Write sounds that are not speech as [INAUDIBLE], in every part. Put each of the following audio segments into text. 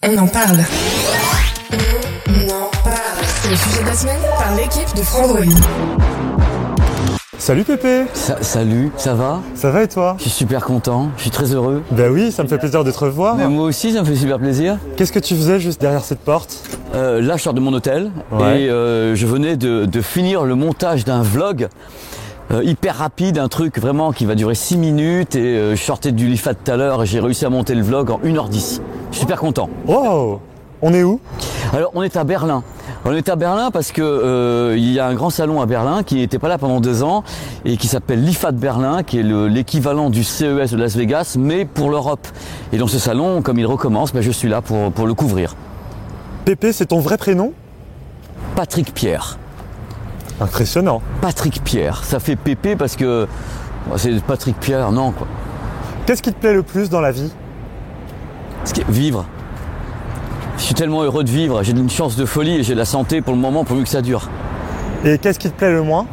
On en parle. On en parle. C'est le sujet de la semaine par l'équipe de Frandroid. Salut Pépé Sa- salut, ça va Ça va et toi Je suis super content, je suis très heureux. Bah oui, ça me fait plaisir de te revoir. Mais moi aussi, ça me fait super plaisir. Qu'est-ce que tu faisais juste derrière cette porte Euh, là, je sors de mon hôtel Ouais. et euh, je venais de, de finir le montage d'un vlog euh, hyper rapide, un truc vraiment qui va durer 6 minutes. Et euh, je sortais du Lifat tout à l'heure et j'ai réussi à monter le vlog en 1h10. Je suis super content. Wow On est où Alors, on est à Berlin. On est à Berlin parce que euh, il y a un grand salon à Berlin qui n'était pas là pendant deux ans et qui s'appelle l'IFA de Berlin, qui est le- l'équivalent du CES de Las Vegas, mais pour l'Europe. Et dans ce salon, comme il recommence, ben, je suis là pour, pour le couvrir. Pépé, c'est ton vrai prénom Patrick Pierre. Impressionnant. Patrick Pierre. Ça fait pépé parce que bon, c'est Patrick Pierre, non quoi. Qu'est-ce qui te plaît le plus dans la vie Ce qui est- Vivre. Je suis tellement heureux de vivre. J'ai une chance de folie et j'ai la santé pour le moment, pourvu que ça dure. Et qu'est-ce qui te plaît le moins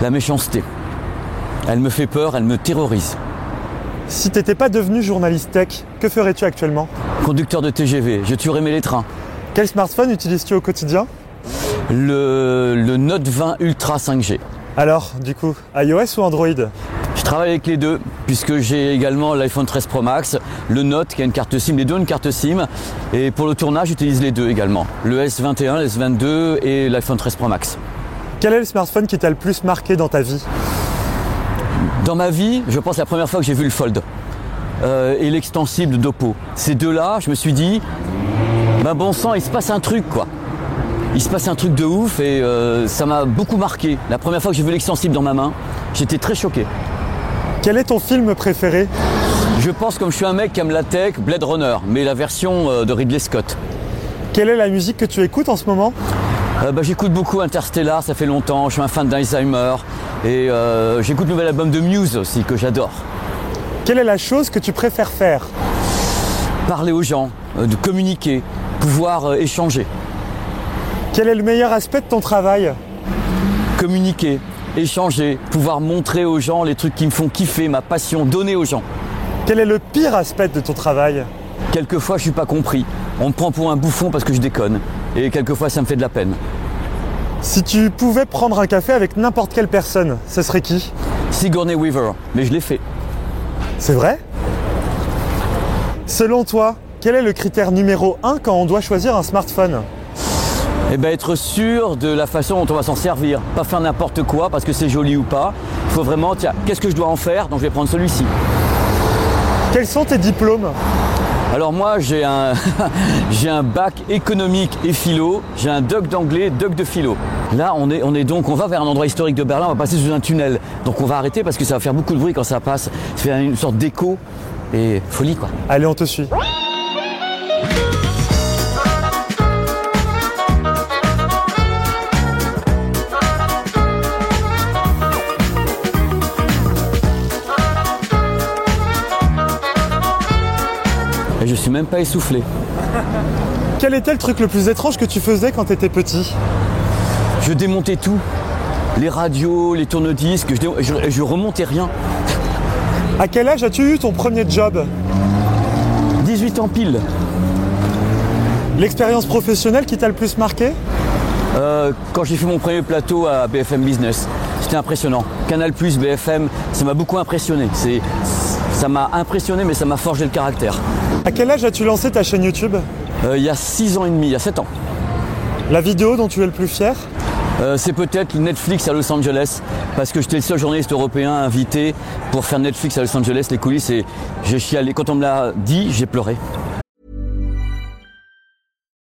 La méchanceté. Elle me fait peur, elle me terrorise. Si t'étais pas devenu journaliste tech, que ferais-tu actuellement Conducteur de TGV, je tuerai mes les trains. Quel smartphone utilises-tu au quotidien Le, le Note 20 Ultra 5G. Alors, du coup, iOS ou Android Je travaille avec les deux, puisque j'ai également l'iPhone 13 Pro Max, le Note qui a une carte SIM, les deux ont une carte SIM. Et pour le tournage, j'utilise les deux également. Le S21, le S22 et l'iPhone 13 Pro Max. Quel est le smartphone qui t'a le plus marqué dans ta vie Dans ma vie, je pense la première fois que j'ai vu le Fold euh, et l'extensible de Dopo. Ces deux-là, je me suis dit, ben bon sang, il se passe un truc quoi. Il se passe un truc de ouf et euh, ça m'a beaucoup marqué. La première fois que j'ai vu l'extensible dans ma main, j'étais très choqué. Quel est ton film préféré Je pense comme je suis un mec qui aime la tech, Blade Runner, mais la version euh, de Ridley Scott. Quelle est la musique que tu écoutes en ce moment Euh, bah, j'écoute beaucoup Interstellar, ça fait longtemps, je suis un fan d'Alzheimer et euh, j'écoute le nouvel album de Muse aussi que j'adore. Quelle est la chose que tu préfères faire Parler aux gens, euh, de communiquer, pouvoir euh, échanger. Quel est le meilleur aspect de ton travail communiquer, échanger, pouvoir montrer aux gens les trucs qui me font kiffer, ma passion, donner aux gens. Quel est le pire aspect de ton travail Quelquefois, je suis pas compris. On me prend pour un bouffon parce que je déconne. Et quelquefois, ça me fait de la peine. Si tu pouvais prendre un café avec n'importe quelle personne, ce serait qui Sigourney Weaver, mais je l'ai fait. C'est vrai Selon toi, quel est le critère numéro 1 quand on doit choisir un smartphone Et ben être sûr de la façon dont on va s'en servir. Pas faire n'importe quoi parce que c'est joli ou pas. Il faut vraiment, tiens, qu'est-ce que je dois en faire Donc je vais prendre celui-ci. Quels sont tes diplômes Alors moi j'ai un, [LAUGHS] j'ai un bac économique et philo, j'ai un doc d'anglais, doc de philo. Là on est, on est donc, on va vers un endroit historique de Berlin, on va passer sous un tunnel. Donc on va arrêter parce que ça va faire beaucoup de bruit quand ça passe, ça fait une sorte d'écho et folie quoi. Allez, on te suit. Et je suis même pas essoufflé. Quel était le truc le plus étrange que tu faisais quand t'étais petit Je démontais tout, les radios, les tourne-disques, je, dé- je, je remontais rien. À quel âge as-tu eu ton premier job 18 ans pile, L'expérience professionnelle qui t'a le plus marqué Euh, quand j'ai fait mon premier plateau à BFM Business. C'était impressionnant. Canal Plus, BFM, ça m'a beaucoup impressionné. C'est, ça m'a impressionné, mais ça m'a forgé le caractère. À quel âge as-tu lancé ta chaîne YouTube Euh, il y a 6 ans et demi, il y a 7 ans, La vidéo dont tu es le plus fier euh, c'est peut-être Netflix à Los Angeles, parce que j'étais le seul journaliste européen invité pour faire Netflix à Los Angeles, les coulisses, et j'ai chialé. Quand on me l'a dit, j'ai pleuré.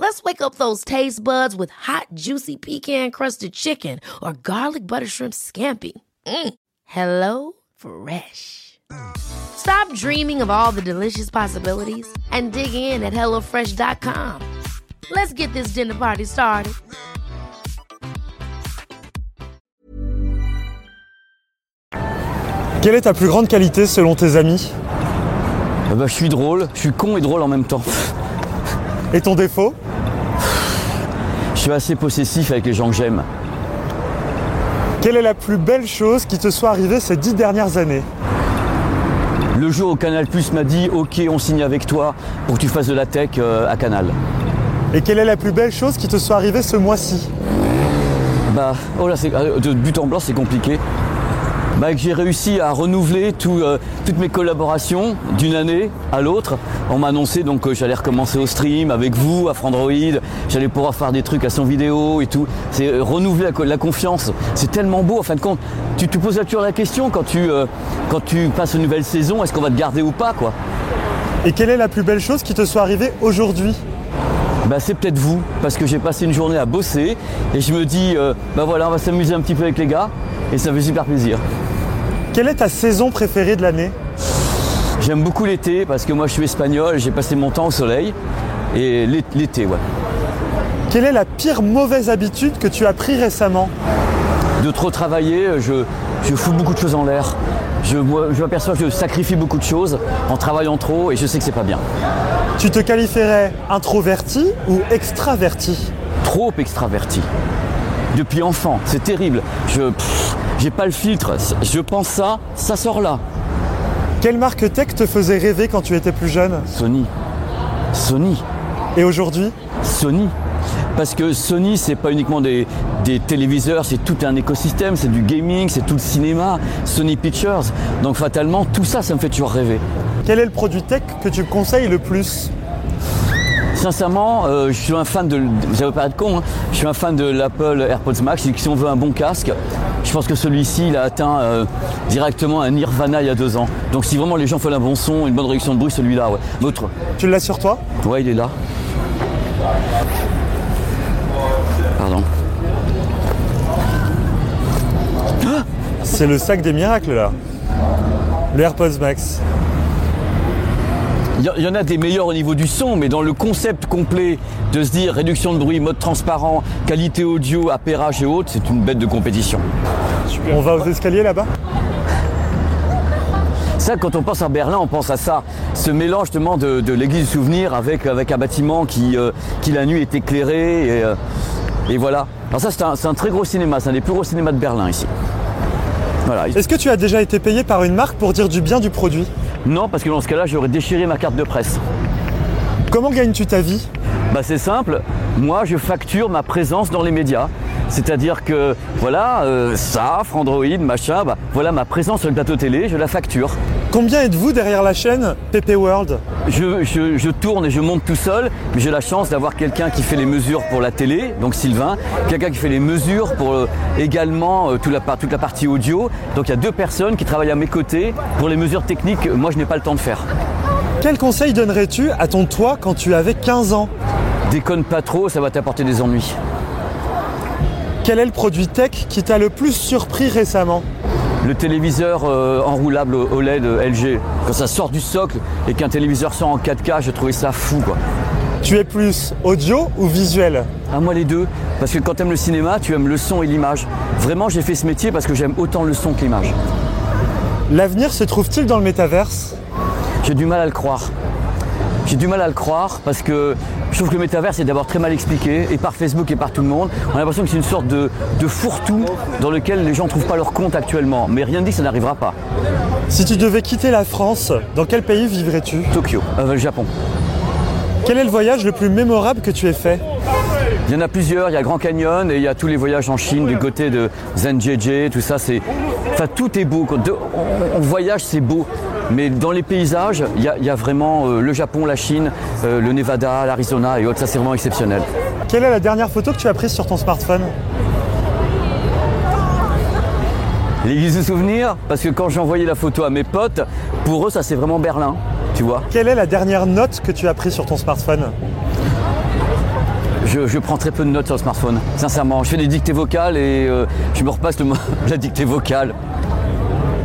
Let's wake up those taste buds with hot, juicy pecan-crusted chicken or garlic butter shrimp scampi. Mm. Hello Fresh. Stop dreaming of all the delicious possibilities and dig in at HelloFresh.com. Let's get this dinner party started. Quelle est ta plus grande qualité selon tes amis Eh ben, je suis drôle, je suis con et drôle en même temps. Et ton défaut Je suis assez possessif avec les gens que j'aime. Quelle est la plus belle chose qui te soit arrivée ces dix dernières années Le jour où Canal Plus m'a dit Ok, on signe avec toi pour que tu fasses de la tech euh, à Canal. Et quelle est la plus belle chose qui te soit arrivée ce mois-ci Bah, oh là, c'est, euh, de but en blanc, c'est compliqué. Bah, que j'ai réussi à renouveler tout, euh, toutes mes collaborations d'une année à l'autre. On m'a annoncé donc que j'allais recommencer au stream avec vous, à Frandroid. J'allais pouvoir faire des trucs à son vidéo et tout. C'est euh, renouveler la, co- la confiance. C'est tellement beau en fin de compte. Tu te poses toujours la question quand tu, euh, quand tu passes une nouvelle saison, est-ce qu'on va te garder ou pas quoi Et quelle est la plus belle chose qui te soit arrivée aujourd'hui Bah c'est peut-être vous, parce que j'ai passé une journée à bosser et je me dis euh, bah voilà on va s'amuser un petit peu avec les gars et ça fait super plaisir. Quelle est ta saison préférée de l'année J'aime beaucoup l'été parce que moi je suis espagnol, j'ai passé mon temps au soleil et l'é- l'été ouais. Quelle est la pire mauvaise habitude que tu as pris récemment De trop travailler, je, je fous beaucoup de choses en l'air. Je, moi, je m'aperçois que je sacrifie beaucoup de choses en travaillant trop et je sais que c'est pas bien. Tu te qualifierais introverti ou extraverti Trop extraverti. Depuis enfant, c'est terrible. Je pff, j'ai pas le filtre. Je pense ça, ça sort là. Quelle marque tech te faisait rêver quand tu étais plus jeune Sony. Sony. Et aujourd'hui Sony. Parce que Sony, c'est pas uniquement des, des téléviseurs, c'est tout un écosystème, c'est du gaming, c'est tout le cinéma, Sony Pictures. Donc fatalement, tout ça, ça me fait toujours rêver. Quel est le produit tech que tu conseilles le plus Sincèrement, euh, je suis un fan de. J'avais pas de con, hein. je suis un fan de l'Apple AirPods Max. Et que si on veut un bon casque, je pense que celui-ci, il a atteint euh, directement un Nirvana il y a deux ans. Donc si vraiment les gens veulent un bon son, une bonne réduction de bruit, celui-là, ouais. L'autre, Tu l'as sur toi ouais, il est là. Pardon. C'est le sac des miracles là. Le AirPods Max. Il y- il y en a des meilleurs au niveau du son, mais dans le concept complet de se dire réduction de bruit, mode transparent, qualité audio, appairage et autres, c'est une bête de compétition. On va aux escaliers là-bas Ça, quand on pense à Berlin, on pense à ça. Ce mélange justement de, de l'église du souvenir avec, avec un bâtiment qui, euh, qui la nuit est éclairé. Et, euh, et voilà. Alors ça, c'est un, c'est un très gros cinéma, c'est un des plus gros cinémas de Berlin ici. Voilà. Est-ce que tu as déjà été payé par une marque pour dire du bien du produit Non, parce que dans ce cas-là, j'aurais déchiré ma carte de presse. Comment gagnes-tu ta vie Bah c'est simple, moi je facture ma présence dans les médias. C'est-à-dire que voilà, euh, ça, Frandroid, machin, bah, voilà ma présence sur le plateau télé, je la facture. Combien êtes-vous derrière la chaîne PP World Je, je- je tourne et je monte tout seul, mais j'ai la chance d'avoir quelqu'un qui fait les mesures pour la télé, donc Sylvain, quelqu'un qui fait les mesures pour euh, également euh, toute, la, par- toute la partie audio. Donc il y a deux personnes qui travaillent à mes côtés pour les mesures techniques, que moi je n'ai pas le temps de faire. Quel conseil donnerais-tu à ton toi quand tu avais 15 ans Déconne pas trop, ça va t'apporter des ennuis. Quel est le produit tech qui t'a le plus surpris récemment Le téléviseur euh, enroulable OLED LG, euh, quand ça sort du socle et qu'un téléviseur sort en 4K, j'ai trouvé ça fou quoi. Tu es plus audio ou visuel À Ah, moi les deux, parce que quand t'aimes le cinéma, tu aimes le son et l'image. Vraiment, j'ai fait ce métier parce que j'aime autant le son que l'image. L'avenir se trouve-t-il dans le métaverse J'ai du mal à le croire. J'ai du mal à le croire parce que je trouve que le métavers c'est d'abord très mal expliqué et par Facebook et par tout le monde. On a l'impression que c'est une sorte de, de fourre-tout dans lequel les gens ne trouvent pas leur compte actuellement. Mais rien ne dit que ça n'arrivera pas. Si tu devais quitter la France, dans quel pays vivrais-tu Tokyo, euh, le Japon. Quel est le voyage le plus mémorable que tu aies fait Il y en a plusieurs, il y a Grand Canyon et il y a tous les voyages en Chine du côté de Zen JJ, tout ça c'est... Enfin tout est beau, quoi. De- on, on voyage c'est beau, mais dans les paysages il y a, il y a vraiment euh, le Japon, la Chine, euh, le Nevada, l'Arizona et autres, ça c'est vraiment exceptionnel. Quelle est la dernière photo que tu as prise sur ton smartphone L'église du souvenir, parce que quand j'ai envoyé la photo à mes potes, pour eux ça c'est vraiment Berlin, tu vois. Quelle est la dernière note que tu as prise sur ton smartphone Je, je prends très peu de notes sur le smartphone, sincèrement. Je fais des dictées vocales et euh, je me repasse le mo- [LAUGHS] la dictée vocale.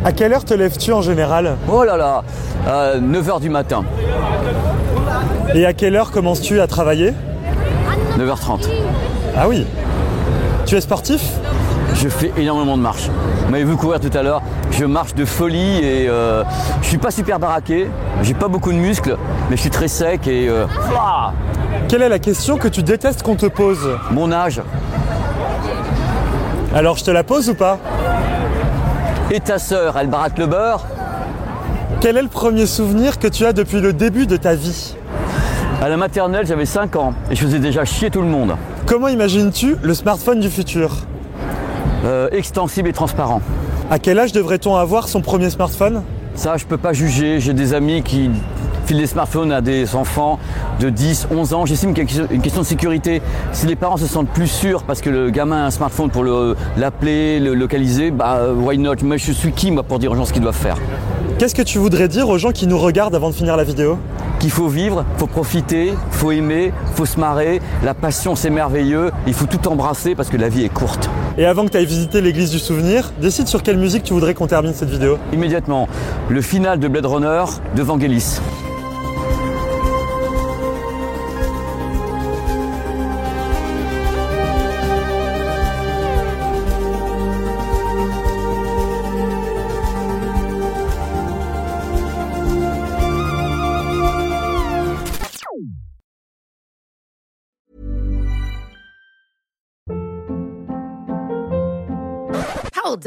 À quelle heure te lèves-tu en général Oh là là, à 9h du matin, Et à quelle heure commences-tu à travailler 9h30. Ah oui Tu es sportif Je fais énormément de marches. Vous m'avez vu courir tout à l'heure, je marche de folie et euh, je suis pas super baraqué, j'ai pas beaucoup de muscles, mais je suis très sec et euh, ah, Quelle est la question que tu détestes qu'on te pose mon âge. Alors je te la pose ou pas Et ta sœur, elle baraque le beurre Quel est le premier souvenir que tu as depuis le début de ta vie À la maternelle, j'avais 5 ans et je faisais déjà chier tout le monde. Comment imagines-tu le smartphone du futur Euh, extensible et transparent. À quel âge devrait-on avoir son premier smartphone Ça, je peux pas juger. J'ai des amis qui filent des smartphones à des enfants de 10, 11 ans. J'estime qu'il y a une question de sécurité. Si les parents se sentent plus sûrs parce que le gamin a un smartphone pour le- l'appeler, le, localiser, bah euh, why not Mais je suis qui moi pour dire aux gens ce qu'ils doivent faire Qu'est-ce que tu voudrais dire aux gens qui nous regardent avant de finir la vidéo Qu'il faut vivre, faut profiter, faut aimer, faut se marrer. La passion, c'est merveilleux. Il faut tout embrasser parce que la vie est courte. Et avant que tu ailles visiter l'église du souvenir, décide sur quelle musique tu voudrais qu'on termine cette vidéo. Immédiatement, le final de Blade Runner de Vangelis. Hold